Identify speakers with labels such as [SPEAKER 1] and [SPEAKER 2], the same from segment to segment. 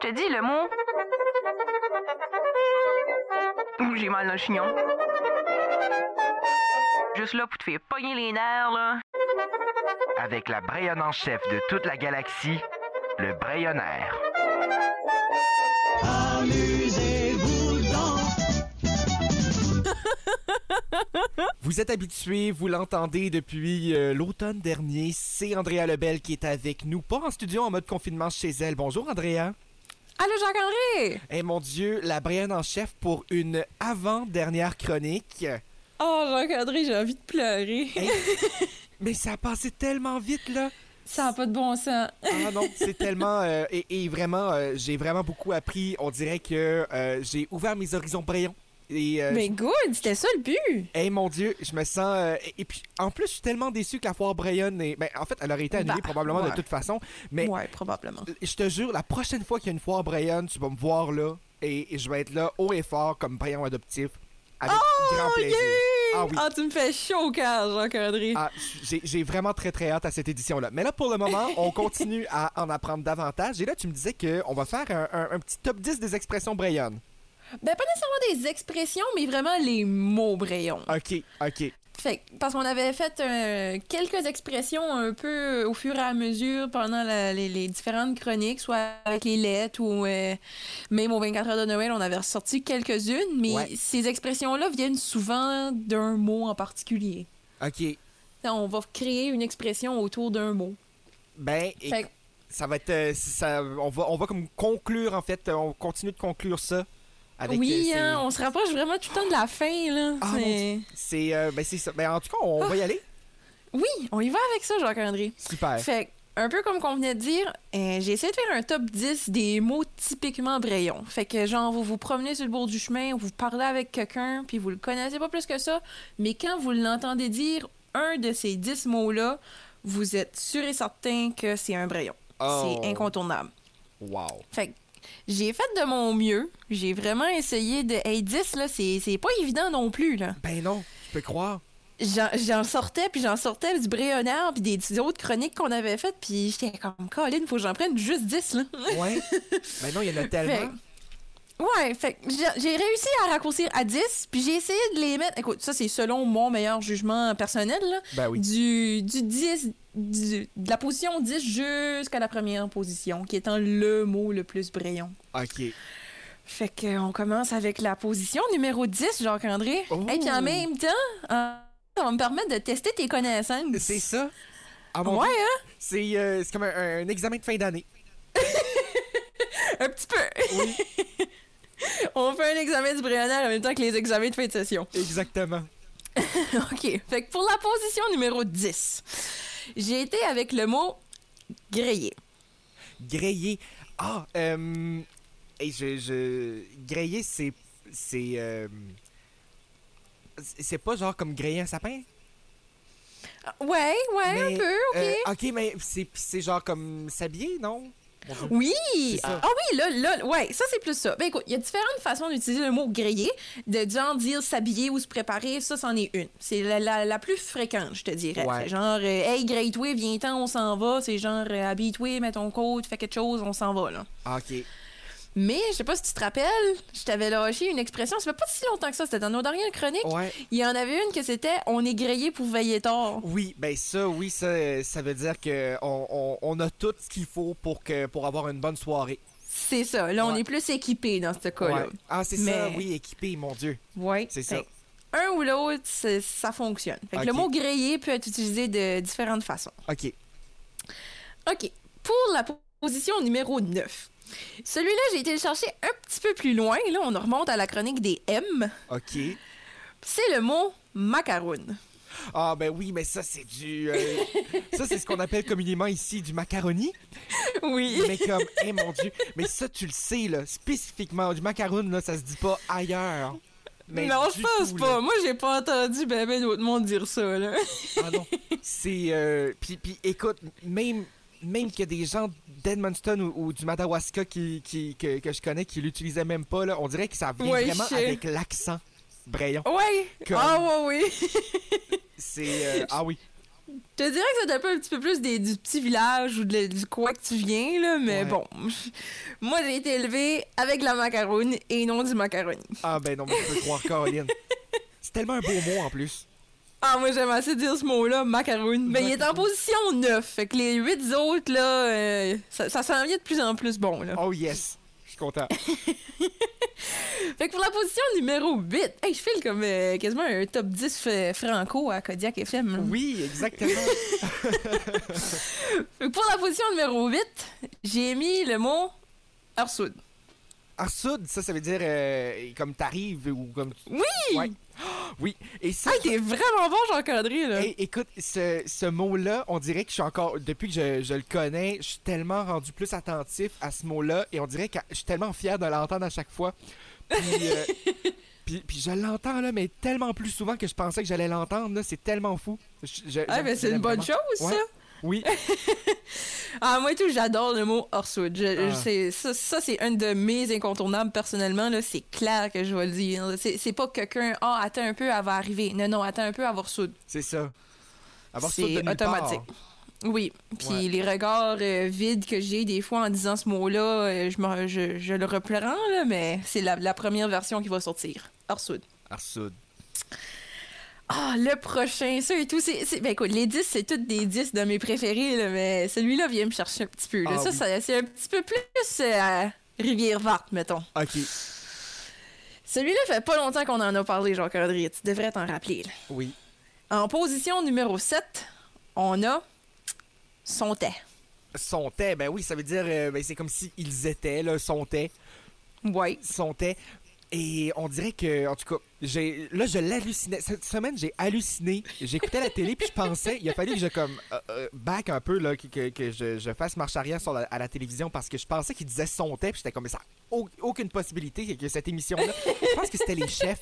[SPEAKER 1] te dis le mot. Ouh, j'ai mal dans le chignon. Juste là pour te faire pogner les nerfs, là.
[SPEAKER 2] Avec la Brayonne en chef de toute la galaxie, le Brayonnaire.
[SPEAKER 3] Amusez-vous dans
[SPEAKER 4] Vous êtes habitués, vous l'entendez depuis euh, l'automne dernier. C'est Andrea Lebel qui est avec nous, pas en studio, en mode confinement chez elle. Bonjour Andrea.
[SPEAKER 5] Allô, Jacques-André!
[SPEAKER 4] Eh mon Dieu, la Brienne en chef pour une avant-dernière chronique.
[SPEAKER 5] Oh, Jacques-André, j'ai envie de pleurer.
[SPEAKER 4] Mais ça a passé tellement vite là.
[SPEAKER 5] Ça n'a pas de bon sens.
[SPEAKER 4] Ah non, c'est tellement euh, et, et vraiment, euh, j'ai vraiment beaucoup appris. On dirait que euh, j'ai ouvert mes horizons Brayon. Et euh,
[SPEAKER 5] Mais Ben, good, c'était ça le but.
[SPEAKER 4] Eh mon Dieu, je me sens. euh, et, et puis, en plus, je suis tellement déçu que la foire Brayonne est. Ben, en fait, elle aurait été annulée
[SPEAKER 5] Bah,
[SPEAKER 4] probablement de
[SPEAKER 5] ouais.
[SPEAKER 4] toute façon. Mais
[SPEAKER 5] Ouais, probablement.
[SPEAKER 4] Euh, je te jure, la prochaine fois qu'il y a une foire Brayonne, tu vas me voir là. Et, et je vais être là haut et fort comme Brayon adoptif. Avec grand
[SPEAKER 5] Oh,
[SPEAKER 4] plaisir.
[SPEAKER 5] yeah!
[SPEAKER 4] Ah oui.
[SPEAKER 5] tu me fais chaud au cœur, Jacques-André.
[SPEAKER 4] Ah, j'ai j'ai vraiment très très hâte à cette édition-là. Mais là, pour le moment, on continue à en apprendre davantage. Et là, tu me disais qu'on va faire un, un- un petit top 10 des expressions Brayonne.
[SPEAKER 5] Ben, pas nécessairement des expressions, mais vraiment les mots Brayon.
[SPEAKER 4] OK, OK.
[SPEAKER 5] Fait que- parce qu'on avait fait euh, quelques expressions un peu au fur et à mesure pendant la- les, les différentes chroniques, soit avec les lettres ou euh, même aux 24 heures de Noël, on avait ressorti quelques-unes, mais
[SPEAKER 4] Ouais.
[SPEAKER 5] ces expressions-là viennent souvent d'un mot en particulier.
[SPEAKER 4] OK.
[SPEAKER 5] On va créer une expression autour d'un mot.
[SPEAKER 4] Ben, et
[SPEAKER 5] Fait que-
[SPEAKER 4] ça va être. euh, ça, on, va, on va comme conclure, en fait. On continue de conclure ça avec.
[SPEAKER 5] oui,
[SPEAKER 4] euh, ces-
[SPEAKER 5] hein, on se rapproche vraiment tout le temps de la fin, là.
[SPEAKER 4] Ah, mon
[SPEAKER 5] C'est-
[SPEAKER 4] C'est. euh, ben, c'est ça. Ben, en tout cas,
[SPEAKER 5] Ah.
[SPEAKER 4] on va y aller.
[SPEAKER 5] Oui, on y va avec ça, Jacques-André.
[SPEAKER 4] Super.
[SPEAKER 5] Fait que, un peu comme qu'on venait de dire, euh, j'ai essayé de faire un top 10 des mots typiquement Brayon. Fait que, genre, vous vous promenez sur le bord du chemin, vous parlez avec quelqu'un, puis vous le connaissez pas plus que ça, mais quand vous l'entendez dire un de ces 10 mots-là, vous êtes sûr et certain que c'est un Brayon.
[SPEAKER 4] Oh.
[SPEAKER 5] C'est incontournable.
[SPEAKER 4] Wow.
[SPEAKER 5] Fait que j'ai fait de mon mieux. J'ai vraiment essayé de. Hey, 10, là, c'est c'est pas évident non plus, là.
[SPEAKER 4] Ben non, je peux croire.
[SPEAKER 5] J'en- J'en sortais, puis j'en sortais du Bréonard, puis des, des autres chroniques qu'on avait faites, puis j'étais comme, Colin, faut que j'en prenne juste 10, là.
[SPEAKER 4] Ouais. ben non, il y en a
[SPEAKER 5] Fait
[SPEAKER 4] tellement.
[SPEAKER 5] que- Ouais, fait que j'ai j'ai réussi à raccourcir à 10, puis j'ai essayé de les mettre. Écoute, ça, c'est selon mon meilleur jugement personnel, là.
[SPEAKER 4] Ben oui.
[SPEAKER 5] Du, du 10, du- de la position 10 jusqu'à la première position, qui étant le mot le plus brayon.
[SPEAKER 4] OK.
[SPEAKER 5] Fait qu'on commence avec la position numéro 10, Jacques-André.
[SPEAKER 4] Oh.
[SPEAKER 5] Et puis en même temps, euh, ça va me permettre de tester tes connaissances.
[SPEAKER 4] C'est ça? Ah, mon
[SPEAKER 5] Ouais,
[SPEAKER 4] Dieu,
[SPEAKER 5] hein?
[SPEAKER 4] C'est euh, c'est comme un, un examen de fin d'année.
[SPEAKER 5] Un petit peu. On fait un examen du Bréonard en même temps que les examens de fin de session.
[SPEAKER 4] Exactement.
[SPEAKER 5] OK. Fait que pour la position numéro 10, j'ai été avec le mot grillé.
[SPEAKER 4] Grayé. Ah, euh. Et je. je... Grayé, c'est. C'est. euh, c'est- C'est pas genre comme grayer un sapin?
[SPEAKER 5] Ouais, ouais,
[SPEAKER 4] Mais,
[SPEAKER 5] un peu, OK.
[SPEAKER 4] euh, ok, mais c'est c'est genre comme s'habiller, non?
[SPEAKER 5] Oui!
[SPEAKER 4] C'est ça.
[SPEAKER 5] Ah ah oui, là, là, ouais, ça c'est plus ça. Ben écoute, il y a différentes façons d'utiliser le mot griller, de genre dire s'habiller ou se préparer, ça c'en est une. C'est la, la- la plus fréquente, je te dirais.
[SPEAKER 4] Ouais.
[SPEAKER 5] C'est Genre, euh, hey, grille-toi, viens-t'en, on s'en va. C'est genre, euh, habille-toi, mets ton coat, fais quelque chose, on s'en va, là.
[SPEAKER 4] Ah, ok.
[SPEAKER 5] Mais, je sais pas si tu te rappelles, je t'avais lâché une expression, ça fait pas si longtemps que ça, c'était dans nos dernières chroniques.
[SPEAKER 4] Ouais.
[SPEAKER 5] Il y en avait une que c'était on est grillé pour veiller tard.
[SPEAKER 4] Oui, ben ça, oui, ça, euh, ça veut dire que on, on- on a tout ce qu'il faut pour que pour avoir une bonne soirée.
[SPEAKER 5] C'est ça, là, on
[SPEAKER 4] Ouais.
[SPEAKER 5] est plus équipé dans ce cas-là.
[SPEAKER 4] Ouais. Ah, c'est ça,
[SPEAKER 5] Mais-
[SPEAKER 4] oui, équipé, mon Dieu.
[SPEAKER 5] Ouais.
[SPEAKER 4] C'est ça.
[SPEAKER 5] Fait que Un ou l'autre, c'est- ça fonctionne. Fait que Le
[SPEAKER 4] Ok.
[SPEAKER 5] mot grillé peut être utilisé de différentes façons.
[SPEAKER 4] Ok.
[SPEAKER 5] OK. Pour la po- position numéro 9. Celui-là, j'ai été le chercher un petit peu plus loin. Là, on remonte à la chronique des M.
[SPEAKER 4] Ok.
[SPEAKER 5] C'est le mot macaroon.
[SPEAKER 4] Ah, ben oui, mais ça, c'est du. euh, ça, c'est ce qu'on appelle communément ici du macaroni.
[SPEAKER 5] Oui.
[SPEAKER 4] Mais comme, eh mon Dieu, mais ça, tu le sais, là, spécifiquement, du macaron, là, ça se dit pas ailleurs. Mais
[SPEAKER 5] non,
[SPEAKER 4] du
[SPEAKER 5] je pense
[SPEAKER 4] tout,
[SPEAKER 5] pas.
[SPEAKER 4] là.
[SPEAKER 5] Moi, j'ai pas entendu ben, ben d'autres monde dire ça. Là.
[SPEAKER 4] Ah non, c'est... Euh, puis, puis écoute, même, même que des gens d'Edmundston ou, ou du Madawaska qui, qui, que, que je connais qui l'utilisaient même pas, là, on dirait que ça vient
[SPEAKER 5] Ouais,
[SPEAKER 4] vraiment
[SPEAKER 5] je sais.
[SPEAKER 4] avec l'accent. Brayon,
[SPEAKER 5] Ouais.
[SPEAKER 4] Comme-
[SPEAKER 5] Ah, ouais, oui.
[SPEAKER 4] c'est... euh, ah oui.
[SPEAKER 5] Je te dirais que ça dépend un petit peu plus des, du petit village ou de la- du coin que tu viens, là, mais
[SPEAKER 4] Ouais.
[SPEAKER 5] bon. Moi, j'ai été élevée avec la macaroni et non du macaroni.
[SPEAKER 4] Ah ben non, mais je peux croire Caroline. C'est tellement un beau mot en plus.
[SPEAKER 5] Ah, moi, j'aime assez dire ce mot-là, macaroon. Mais il est
[SPEAKER 4] Macaroon.
[SPEAKER 5] en position 9. Fait que les 8 autres, là, euh, ça, ça s'en vient de plus en plus bon, là.
[SPEAKER 4] Oh yes, je suis content.
[SPEAKER 5] Fait que pour la position numéro 8, hey, je file comme euh, quasiment un top 10 fa- franco à Kodiak FM. là.
[SPEAKER 4] Oui, exactement.
[SPEAKER 5] Fait que pour la position numéro 8, j'ai mis le mot Arsoud.
[SPEAKER 4] Arsoud, ça, ça veut dire euh, comme t'arrives ou comme... tu-
[SPEAKER 5] Oui!
[SPEAKER 4] Ouais. Oui, et ça...
[SPEAKER 5] Hey, t'es vraiment bon, jean encadré, là.
[SPEAKER 4] Ah, Hey, écoute, ce, ce mot-là, on dirait que je suis encore. Depuis que je, je le connais, je suis tellement rendu plus attentif à ce mot-là et on dirait que je suis tellement fier de l'entendre à chaque fois. Puis, euh, puis, puis je l'entends, là, mais tellement plus souvent que je pensais que j'allais l'entendre, là. C'est tellement fou. Je- je-
[SPEAKER 5] Ah, mais c'est
[SPEAKER 4] j'aime
[SPEAKER 5] une bonne
[SPEAKER 4] vraiment.
[SPEAKER 5] chose, ça.
[SPEAKER 4] Ouais. Oui,
[SPEAKER 5] Ah, moi, et tout, j'adore le mot Horsewood. Je- je-
[SPEAKER 4] Ah.
[SPEAKER 5] c'est- ça, ça, c'est un de mes incontournables, personnellement. là. C'est clair que je vais le dire. là. C'est c'est pas quelqu'un, ah, attends un peu, elle va arriver. Non, non, attends un peu, elle va Horsewood.
[SPEAKER 4] c'est ça. Avoir
[SPEAKER 5] C'est
[SPEAKER 4] ça de nulle
[SPEAKER 5] automatique.
[SPEAKER 4] part.
[SPEAKER 5] Oui. Puis
[SPEAKER 4] Ouais.
[SPEAKER 5] les regards euh, vides que j'ai des fois en disant ce mot-là, euh, je, me- je, je le reprends, là, mais c'est la, la première version qui va sortir. Horsewood.
[SPEAKER 4] Arsoud.
[SPEAKER 5] Ah, le prochain, ça et tout. C'est, c'est- Ben écoute, les 10, c'est toutes des 10 de mes préférés, là, mais celui-là vient me chercher un petit peu. là.
[SPEAKER 4] Ah
[SPEAKER 5] ça,
[SPEAKER 4] oui.
[SPEAKER 5] ça, c'est un petit peu plus euh, à Rivière-Verte, mettons.
[SPEAKER 4] Ok,
[SPEAKER 5] Celui-là fait pas longtemps qu'on en a parlé, jean Cadrier. Tu devrais t'en rappeler. là.
[SPEAKER 4] oui.
[SPEAKER 5] En position numéro 7, on a son thé.
[SPEAKER 4] Son thé, ben oui, ça veut dire. euh, ben, c'est comme si ils étaient, là, son thé.
[SPEAKER 5] Ouais.
[SPEAKER 4] thé Et on dirait que, en tout cas, j'ai là, je l'hallucinais. Cette semaine, j'ai halluciné. J'écoutais la télé, puis je pensais, il a fallu que je, comme, euh, euh, back un peu, là, que, que- que je, je fasse marche arrière sur la- à la télévision, parce que je pensais qu'il disait son thé, puis j'étais comme, mais ça, a au- aucune possibilité que, que cette émission-là. Je pense que c'était les chefs.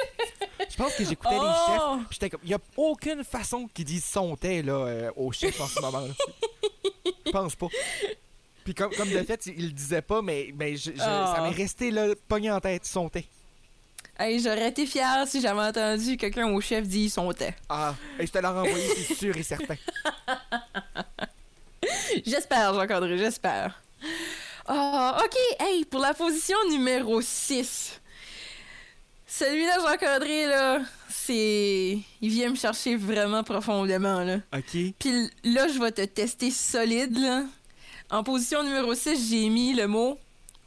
[SPEAKER 4] Je pense que j'écoutais les chefs,
[SPEAKER 5] Oh!
[SPEAKER 4] puis j'étais comme, il n'y a aucune façon qu'ils disent son thé, là, euh, aux chefs en ce moment, là. Je pense pas. Puis comme, comme de fait, il le disait pas, mais, mais je- je- ça
[SPEAKER 5] Ah.
[SPEAKER 4] m'est resté là, pogné en tête, son thé.
[SPEAKER 5] Hey, j'aurais été fière si j'avais entendu quelqu'un au chef dire son thé.
[SPEAKER 4] Ah, et je te l'ai renvoyé, c'est sûr et certain.
[SPEAKER 5] J'espère, Jean-Cadré, j'espère. Ah, OK. Hey, pour la position numéro 6. Celui-là, Jean-Cadré, là, c'est... Il vient me chercher vraiment profondément, là.
[SPEAKER 4] OK.
[SPEAKER 5] Puis là, je vais te tester solide, là. En position numéro 6, j'ai mis le mot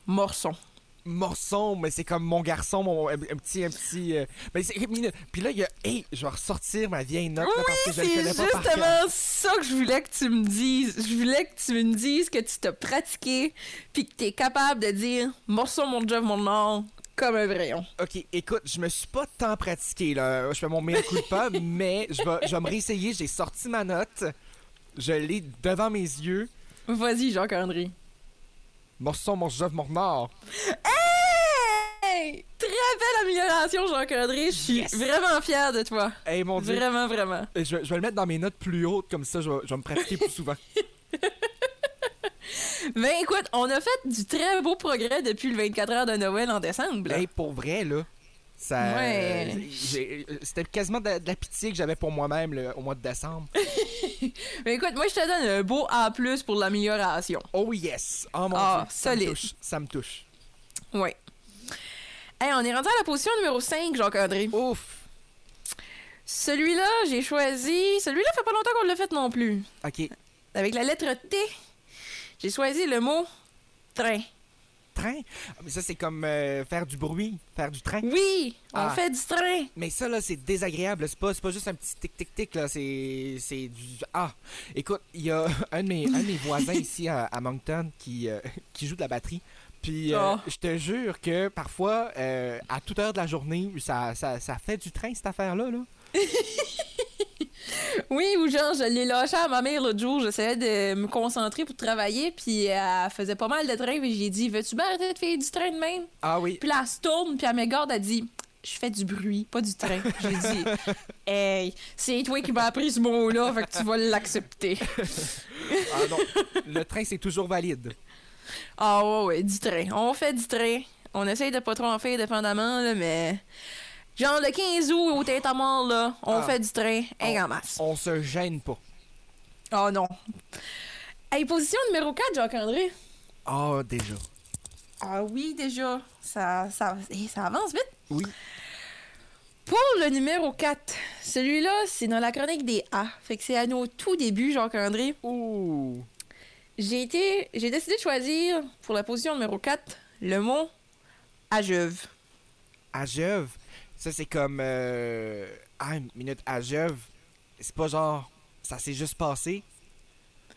[SPEAKER 5] morson.
[SPEAKER 4] Morson, mais c'est comme mon garçon, mon, un, un petit, un petit... euh, mais c'est minute. Puis là, il y a... Hé, je vais ressortir ma vieille note, là, parce que je le
[SPEAKER 5] C'est
[SPEAKER 4] connais pas par cœur.
[SPEAKER 5] justement ça que je voulais que tu me dises. Je voulais que tu me dises que tu t'as pratiqué puis que t'es capable de dire morceau mon job mon nom comme un rayon.
[SPEAKER 4] OK, écoute, je me suis pas tant pratiqué, là. Je fais mon meilleur coup de pas, mais je vais, je vais me réessayer. J'ai sorti ma note. Je l'ai devant mes yeux.
[SPEAKER 5] Vas-y, Jacques-André.
[SPEAKER 4] Morson, mon jove, mon mort.
[SPEAKER 5] Hey! Très belle amélioration, Jacques-André. Je suis
[SPEAKER 4] Yes!
[SPEAKER 5] vraiment fière de toi.
[SPEAKER 4] Hé, mon Dieu.
[SPEAKER 5] Vraiment, vraiment.
[SPEAKER 4] Je, vais- je vais le mettre dans mes notes plus hautes, comme ça, je vais, je vais me pratiquer plus souvent.
[SPEAKER 5] Ben écoute, on a fait du très beau progrès depuis le 24 heures de Noël en décembre. là.
[SPEAKER 4] Hey, pour vrai, là. Ça,
[SPEAKER 5] Ouais.
[SPEAKER 4] euh, j'ai- euh, C'était quasiment de, de la pitié que j'avais pour moi-même le- au mois de décembre.
[SPEAKER 5] Ben écoute, moi je te donne un beau A+, pour l'amélioration.
[SPEAKER 4] Oh yes! Oh mon
[SPEAKER 5] Ah,
[SPEAKER 4] Dieu! Ça me
[SPEAKER 5] solide.
[SPEAKER 4] touche. Ça me touche.
[SPEAKER 5] Ouais. Hey, on est rendu à la position numéro 5, Jacques-André.
[SPEAKER 4] Ouf!
[SPEAKER 5] Celui-là, j'ai choisi. Celui-là fait pas longtemps qu'on l'a fait non plus.
[SPEAKER 4] OK.
[SPEAKER 5] Avec la lettre T, j'ai choisi le mot train.
[SPEAKER 4] Train? Ah, Mais ça, c'est comme euh, faire du bruit, faire du train.
[SPEAKER 5] Oui, on
[SPEAKER 4] Ah.
[SPEAKER 5] fait du train.
[SPEAKER 4] Mais ça, là, c'est désagréable. C'est pas, c'est pas juste un petit tic-tic-tic, là. C'est, c'est du... Ah! Écoute, il y a un de mes, un de mes voisins ici à, à Moncton qui, euh, qui joue de la batterie. Puis, euh,
[SPEAKER 5] Oh.
[SPEAKER 4] je te jure que parfois, euh, à toute heure de la journée, ça, ça, ça fait du train, cette affaire-là, là.
[SPEAKER 5] Oui, ou genre, je l'ai lâché à ma mère l'autre jour. J'essayais de me concentrer pour travailler, puis elle faisait pas mal de train. Puis j'ai dit Veux-tu bien arrêter de faire du train de même
[SPEAKER 4] Ah oui.
[SPEAKER 5] Puis là, elle se tourne, puis elle m'égorde, elle dit Je fais du bruit, pas du train. J'ai dit Hey, c'est toi qui m'as appris ce mot-là, fait que tu vas l'accepter.
[SPEAKER 4] Ah non. Le train, c'est toujours valide.
[SPEAKER 5] Ah ouais, ouais, du train. On fait du train. On essaye de pas trop en faire dépendamment, là, mais... Genre le 15 août au tête à mort, là, on
[SPEAKER 4] Ah. Oh.
[SPEAKER 5] fait du train, hein, en masse.
[SPEAKER 4] On se gêne pas.
[SPEAKER 5] Oh non. Hey, position numéro 4, Jacques-André.
[SPEAKER 4] Ah, déjà.
[SPEAKER 5] Ah oui, déjà. Ça, ça, eh, ça avance vite.
[SPEAKER 4] Oui.
[SPEAKER 5] Pour le numéro 4, celui-là, c'est dans la chronique des A. Fait que c'est à nos tout débuts, Jacques-André.
[SPEAKER 4] Ouh.
[SPEAKER 5] J'ai été, j'ai décidé de choisir pour la position numéro 4 le mot Ajeuve.
[SPEAKER 4] Ajeuve. Ça, c'est comme. Euh... Ah, une minute. Ajeuve. C'est pas genre. Ça s'est juste passé.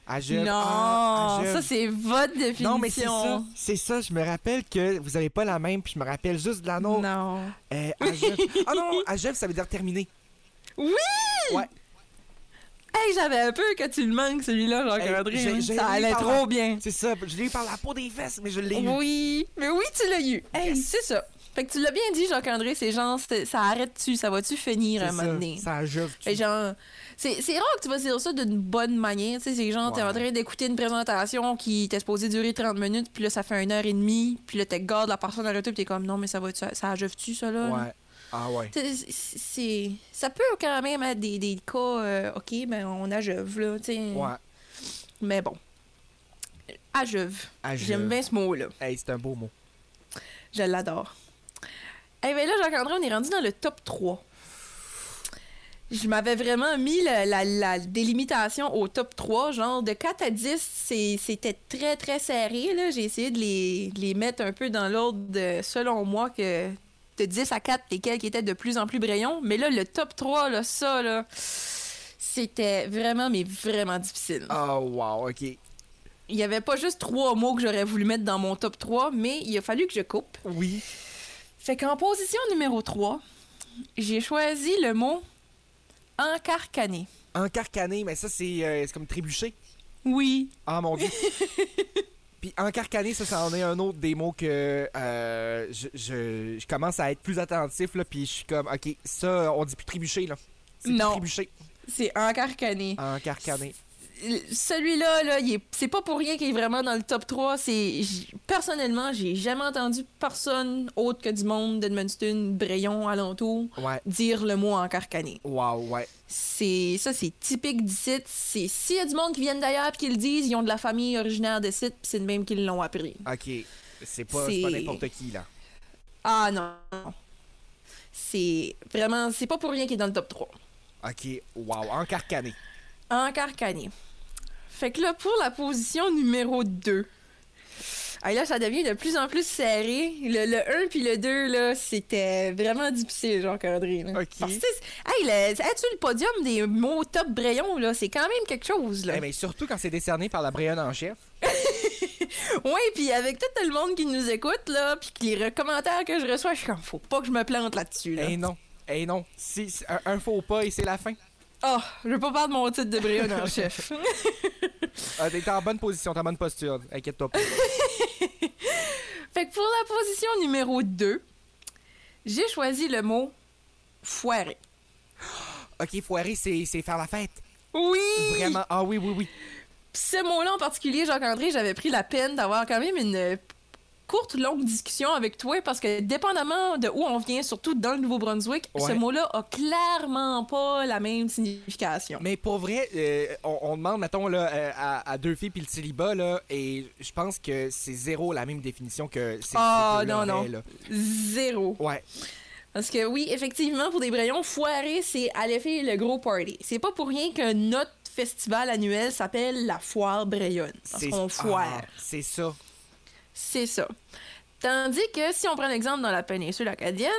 [SPEAKER 4] Ajeuve.
[SPEAKER 5] Non,
[SPEAKER 4] ah, Ajeuve.
[SPEAKER 5] ça c'est votre définition.
[SPEAKER 4] Non, mais c'est ça. C'est ça. Je me rappelle que vous avez pas la même, puis je me rappelle juste de la nôtre.
[SPEAKER 5] Non.
[SPEAKER 4] Euh, Ajeuve. Ah non, Ajeuve, ça veut dire terminé.
[SPEAKER 5] Oui!
[SPEAKER 4] Ouais.
[SPEAKER 5] Hey, j'avais un peu que tu le manques celui-là,
[SPEAKER 4] Hey,
[SPEAKER 5] Jacques-André.
[SPEAKER 4] j'ai-
[SPEAKER 5] hein.
[SPEAKER 4] j'ai
[SPEAKER 5] ça
[SPEAKER 4] eu
[SPEAKER 5] allait
[SPEAKER 4] par
[SPEAKER 5] trop
[SPEAKER 4] la-
[SPEAKER 5] bien.
[SPEAKER 4] C'est ça. Je l'ai eu par la peau des fesses, mais je l'ai eu.
[SPEAKER 5] Oui, mais oui, tu l'as eu. Hey,
[SPEAKER 4] Yes.
[SPEAKER 5] c'est ça. Fait que tu l'as bien dit, Jacques-André, c'est genre, c'est- ça arrête-tu, ça va-tu finir
[SPEAKER 4] C'est
[SPEAKER 5] à un
[SPEAKER 4] ça.
[SPEAKER 5] moment donné?
[SPEAKER 4] Ça Ajeuve. tu-
[SPEAKER 5] Fait genre, c'est c'est rare que tu vas dire ça d'une bonne manière. Tu sais, c'est genre, t'es en
[SPEAKER 4] Ouais.
[SPEAKER 5] train d'écouter une présentation qui était supposée durer 30 minutes, puis là, ça fait une heure et demie, puis là, t'es garde la personne à retour, puis t'es comme, non, mais ça va-tu, ça ajoute-tu, ça, là?
[SPEAKER 4] Ouais. Ah ouais.
[SPEAKER 5] Tu sais, c'est- c'est- Ça peut quand même être des, des cas, euh, OK, mais on ajeuve, là, tu sais.
[SPEAKER 4] Ouais.
[SPEAKER 5] Mais bon. Ajeuve.
[SPEAKER 4] Ajeuve.
[SPEAKER 5] J'aime bien ce mot-là.
[SPEAKER 4] Hey, c'est un beau mot.
[SPEAKER 5] Je l'adore. Eh bien là, Jacques-André, on est rendu dans le top 3. Je m'avais vraiment mis la, la- la délimitation au top 3. Genre, de 4 à 10, c'est- c'était très, très serré. là. J'ai essayé de les, de les mettre un peu dans l'ordre, de- selon moi, que de 10 à 4, lesquels qui étaient de plus en plus brillants. Mais là, le top 3, là, ça, là, c'était vraiment, mais vraiment difficile.
[SPEAKER 4] Oh, wow. OK.
[SPEAKER 5] Il n'y avait pas juste trois mots que j'aurais voulu mettre dans mon top 3, mais il a fallu que je coupe.
[SPEAKER 4] Oui.
[SPEAKER 5] Fait qu'en position numéro 3, j'ai choisi le mot encarcané.
[SPEAKER 4] Encarcané, mais ça, c'est euh, c'est comme trébucher.
[SPEAKER 5] Oui.
[SPEAKER 4] Ah mon dieu. Puis encarcané, ça, ça en est un autre des mots que euh, je, je- je commence à être plus attentif, là, puis je suis comme, OK, ça, on dit plus trébucher, là. C'est plus
[SPEAKER 5] Non.
[SPEAKER 4] Trébucher,
[SPEAKER 5] C'est encarcané.
[SPEAKER 4] encarcané.
[SPEAKER 5] L- Celui-là, là, il est- c'est pas pour rien qu'il est vraiment dans le top 3. C'est... j- Personnellement, j'ai jamais entendu personne autre que du monde d'Edmundston, Brayon, alentour,
[SPEAKER 4] Ouais.
[SPEAKER 5] dire le mot encarcané.
[SPEAKER 4] Wow, ouais.
[SPEAKER 5] C'est... Ça, c'est typique du site. C'est... S'il y a du monde qui vient d'ailleurs et qui le disent, ils ont de la famille originaire des sites, puis c'est de même qu'ils l'ont appris.
[SPEAKER 4] OK. C'est pas, c'est pas
[SPEAKER 5] C'est-
[SPEAKER 4] n'importe qui, là.
[SPEAKER 5] Ah non. C'est vraiment, c'est pas pour rien qu'il est dans le top 3.
[SPEAKER 4] OK. Wow, encarcané.
[SPEAKER 5] Encarcané. Fait que là, pour la position numéro 2. Ah, là, ça devient de plus en plus serré. Le, 1 puis le 2, là, c'était vraiment difficile, Jean-André. là.
[SPEAKER 4] Ok.
[SPEAKER 5] Parce que, hey, le, être sur le podium des mots top Brayon, là, c'est quand même quelque chose, là.
[SPEAKER 4] Eh, mais surtout quand c'est décerné par la Brayonne en chef.
[SPEAKER 5] Ouais, puis avec tout le monde qui nous écoute, là, puis que les re- commentaires que je reçois, je suis comme, faut pas que je me plante là-dessus, là.
[SPEAKER 4] Eh non. Eh non. Si, si- un, un faux pas et c'est la fin.
[SPEAKER 5] Ah, je veux pas perdre mon titre de Brayon en chef.
[SPEAKER 4] Ah, t'es en bonne position, t'es en bonne posture. Inquiète-toi pas.
[SPEAKER 5] Fait que pour la position numéro 2, j'ai choisi le mot foiré.
[SPEAKER 4] OK, foirer, c'est c'est faire la fête.
[SPEAKER 5] Oui!
[SPEAKER 4] Vraiment. Ah oui, oui, oui.
[SPEAKER 5] Pis ce mot-là en particulier, Jacques-André, j'avais pris la peine d'avoir quand même une euh, courte, longue discussion avec toi parce que dépendamment de où on vient, surtout dans le Nouveau-Brunswick, ce
[SPEAKER 4] Ouais.
[SPEAKER 5] mot-là a clairement pas la même signification.
[SPEAKER 4] Mais pour vrai, euh, on, on demande, mettons, là, euh, à, à deux filles puis le célibat, là, et je pense que c'est zéro la même définition que c'est.
[SPEAKER 5] Ah,
[SPEAKER 4] ces deux-là
[SPEAKER 5] non,
[SPEAKER 4] auraient,
[SPEAKER 5] non.
[SPEAKER 4] là.
[SPEAKER 5] Zéro.
[SPEAKER 4] Ouais.
[SPEAKER 5] Parce que oui, effectivement, pour des braillons, foiré, c'est à l'effet le gros party. C'est pas pour rien que notre festival annuel s'appelle la foire brayonne. Parce
[SPEAKER 4] c'est-
[SPEAKER 5] qu'on foire.
[SPEAKER 4] Ah, c'est ça.
[SPEAKER 5] C'est ça. Tandis que si on prend l'exemple dans la péninsule acadienne,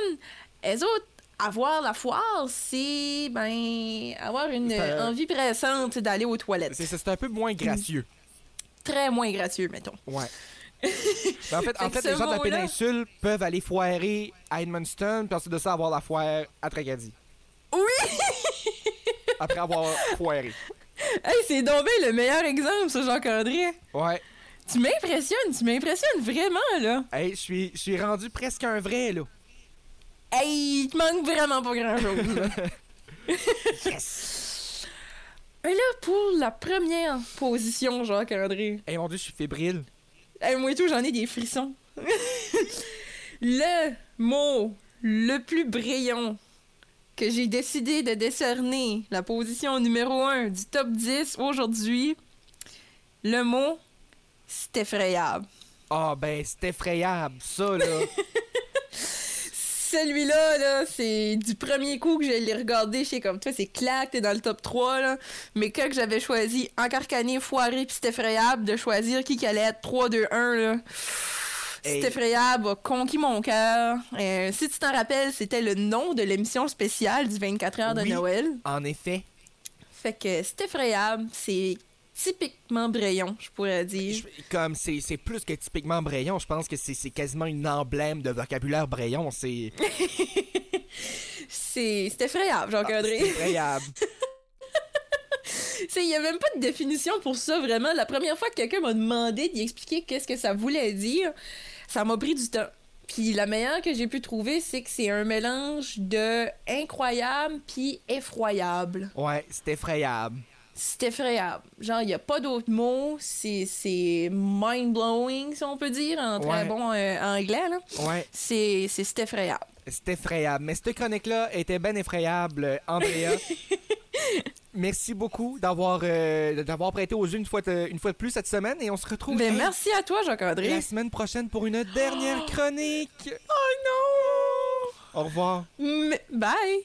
[SPEAKER 5] elles autres, avoir la foire, c'est ben avoir une
[SPEAKER 4] Ça-
[SPEAKER 5] euh, envie pressante d'aller aux toilettes.
[SPEAKER 4] C'est ça, c'est un peu moins gracieux.
[SPEAKER 5] Très moins gracieux, mettons.
[SPEAKER 4] Ouais. Ben, en fait, en
[SPEAKER 5] Fait que
[SPEAKER 4] fait les
[SPEAKER 5] ce
[SPEAKER 4] gens de la
[SPEAKER 5] mot-là-
[SPEAKER 4] péninsule peuvent aller foirer à Edmundston, puis ensuite de ça, avoir la foire à Tracadie.
[SPEAKER 5] Oui!
[SPEAKER 4] Après avoir foiré.
[SPEAKER 5] Hey, c'est tombé le meilleur exemple, ça, Jean-André.
[SPEAKER 4] Ouais.
[SPEAKER 5] Tu m'impressionnes, tu m'impressionnes vraiment, là.
[SPEAKER 4] Hey, je suis- je suis rendu presque un vrai, là.
[SPEAKER 5] Hey, il te manque vraiment pas grand-chose. là. Et là, pour la première position, Jacques-André,
[SPEAKER 4] Hey, mon Dieu, je suis fébrile.
[SPEAKER 5] Eh, moi et tout, j'en ai des frissons. le mot le plus brillant que j'ai décidé de décerner la position numéro 1 du top 10 aujourd'hui, le mot c'est effrayable.
[SPEAKER 4] Ah, ben, c'est effrayable, ça, là.
[SPEAKER 5] Celui-là, là, c'est du premier coup que je l'ai regardé, j'étais comme, toi, c'est clair que t'es dans le top 3, là. Mais quand que j'avais choisi Encarcané, Foiré puis c'est effrayable, de choisir qui, qui allait être 3, 2, 1, là. C'est
[SPEAKER 4] Hey.
[SPEAKER 5] effrayable, a conquis mon cœur. Euh, si tu t'en rappelles, c'était le nom de l'émission spéciale du 24 heures de
[SPEAKER 4] Oui.
[SPEAKER 5] Noël.
[SPEAKER 4] en effet.
[SPEAKER 5] Fait que c'est effrayable, c'est typiquement Brayon, je pourrais dire.
[SPEAKER 4] Je- comme c'est c'est plus que typiquement Brayon, je pense que c'est c'est quasiment une emblème de vocabulaire Brayon. C'est
[SPEAKER 5] C'est c'est effrayable, jean
[SPEAKER 4] Ah, c'est
[SPEAKER 5] Cadré.
[SPEAKER 4] effrayable.
[SPEAKER 5] Il n'y a même pas de définition pour ça, vraiment. La première fois que quelqu'un m'a demandé d'y expliquer qu'est-ce que ça voulait dire, ça m'a pris du temps. Puis la meilleure que j'ai pu trouver, c'est que c'est un mélange de incroyable puis effroyable.
[SPEAKER 4] Ouais, c'est effrayable.
[SPEAKER 5] C'est effrayable. Genre, il n'y a pas d'autre mot. C'est c'est mind-blowing, si on peut dire, en très
[SPEAKER 4] Ouais.
[SPEAKER 5] bon euh, anglais. là.
[SPEAKER 4] Ouais,
[SPEAKER 5] C'est c'est- c'est effrayable.
[SPEAKER 4] c'est effrayable. Mais cette chronique-là était bien effrayable, euh, Andrea. Merci beaucoup d'avoir euh, d'avoir prêté aux yeux une fois, de, une fois de plus cette semaine et on se retrouve
[SPEAKER 5] Ben,
[SPEAKER 4] hey,
[SPEAKER 5] merci à toi, Jacques-André.
[SPEAKER 4] la semaine prochaine pour une dernière chronique.
[SPEAKER 5] Oh
[SPEAKER 4] Au revoir.
[SPEAKER 5] non! M- Bye!